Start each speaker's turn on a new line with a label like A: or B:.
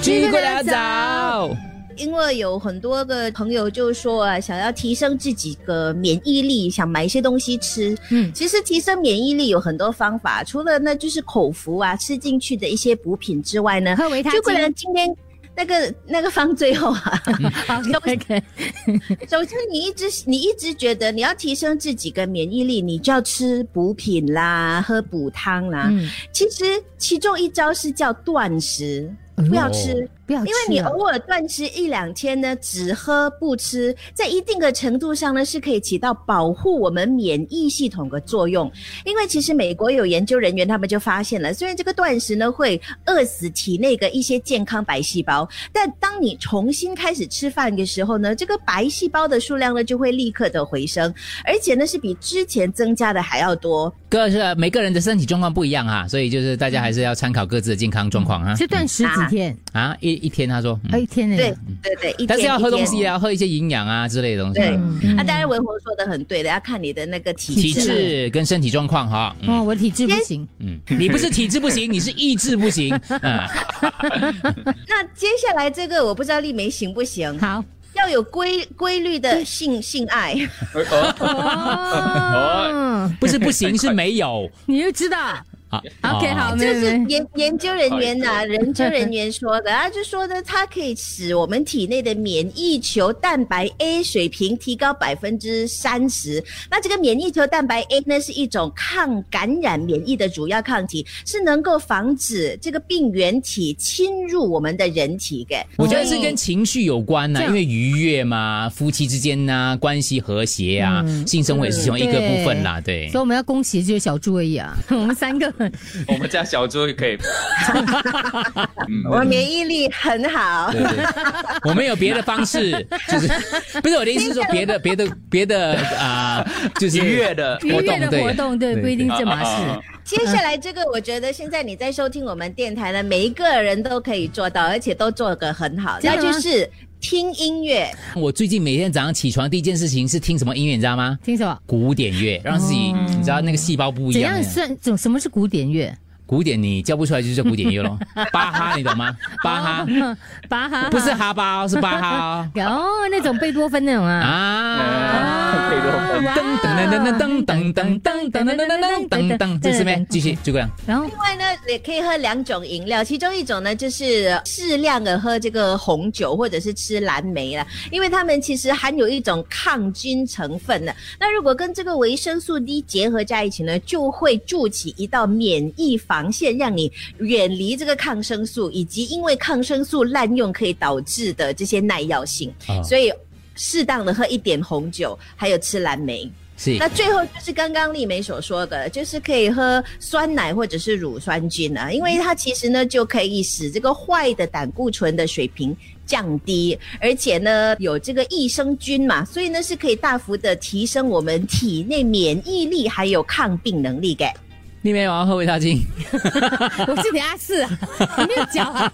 A: 鸡骨聊早。
B: 因为有很多的朋友就说啊，想要提升自己的免疫力，想买一些东西吃。
A: 嗯
B: 嗯，其实提升免疫力有很多方法，除了呢就是口服啊吃进去的一些补品之外呢，
C: 喝维他
B: 就可能
C: 金。
B: 今天那个那个放最后啊，
C: OK，
B: 首先，你一直你一直觉得你要提升自己的免疫力，你就要吃补品啦，喝补汤啦。
C: 嗯，
B: 其实其中一招是叫断食，
C: 嗯
B: 不要吃，
C: 不
A: 哦
C: 要
B: 因
C: 吃
B: 为
C: 了，
B: 你
A: 啊
B: 偶尔断食一两天呢，只喝不吃，在一定的程度上呢，是可以起到保护我们免疫系统的作用。因为其实美国有研究人员，他们就发现了，虽然这个断食呢会饿死体内的一些健康白细胞，但当你重新开始吃饭的时候呢，这个白细胞的数量呢就会立刻的回升，而且呢是比之前增加的还要多。
A: 各是每个人的身体状况不一样啊，所以就是大家还是要参考各自的健康状况啊。
B: 嗯
C: 是断食几天，
A: 啊，一一天他说，嗯
C: 啊，一天呢？
B: 对对对，哎一天
A: 但是要喝
B: 一天
A: 东西啊，喝一些营养啊之类的东西啊。
B: 对
C: 嗯
B: 啊，当然文红说的很对的，要看你的那个体质。
A: 体质跟身体状况哈，嗯
C: 哦，我体质不行，
A: 嗯，你不是体质不行， 你是意志不行，嗯，
B: 那接下来这个我不知道丽梅行不行，
C: 好，
B: 要有规规律的性性爱，
C: 哦，
A: 不是不行，是没有
C: 你又知道
A: 啊。
C: ，OK，
A: 哦
C: 好，
B: 这
C: 没
B: 是
C: 没，
B: 研研究人员呐、研究人员说的，他就说呢，它可以使我们体内的免疫球蛋白 A 水平提高百分之三十。那这个免疫球蛋白 A 呢，是一种抗感染免疫的主要抗体，是能够防止这个病原体侵入我们的人体的。
A: 我觉得是跟情绪有关呐、因
C: 这样
A: 为愉悦嘛，夫妻之间呐、关系和谐啊，
C: 嗯
A: 性生活也是其中一个部分啦，对
C: 所以。我们要恭喜就是小猪而已啊， 我们三个，
D: 我们家小猪也可以。嗯
B: 我免疫力很好。
A: 对对，我们有别的方式，就是不是我的意思是说别的别的别的啊、就是
D: 愉悦的
C: 愉悦的
A: 对
C: 活动，对，不一定这码
D: 啊啊啊
C: 事，
B: 接下来这个，我觉得现在你在收听我们电台的每一个人都可以做到，而且都做得很好，
C: 真
B: 那
C: 的吗
B: 就是听音乐。
A: 我最近每天早上起床第一件事情是听什么音乐，你知道吗？
C: 听什么？
A: 古典乐，让自己、你知道那个细胞不一
C: 怎
A: 样
C: 样
A: 的。
C: 算？怎什么是古典乐？
A: 古典你叫不出来就叫古典乐咯。巴哈你懂吗？巴哈
C: 巴哈哈
A: 不是哈巴哦，是巴哈哦。
C: 哦，那种贝多芬那种啊，
A: 啊。
D: 贝多
A: 噔
D: 芬
C: 哇
A: 噔噔噔噔噔噔噔噔噔噔噔噔噔，这是咩？继续，就这样。
C: 然后
B: 另外呢，也可以喝两种饮料，其中一种呢就是适量的喝这个红酒或者是吃蓝莓啦，因为它们其实含有一种抗菌成分的。那如果跟这个维生素 D 结合在一起呢，就会筑起一道免疫防线，让你远离这个抗生素以及因为抗生素滥用可以导致的这些耐药性。
A: 哦
B: 所以适当的喝一点红酒，还有吃蓝莓。
A: 是
B: 那最后就是刚刚丽梅所说的，就是可以喝酸奶或者是乳酸菌啊，因为它其实呢就可以使这个坏的胆固醇的水平降低，而且呢有这个益生菌嘛，所以呢是可以大幅的提升我们体内免疫力还有抗病能力的。
A: 那边我要喝维他金。
C: 我是给他试啊，你没有讲啊。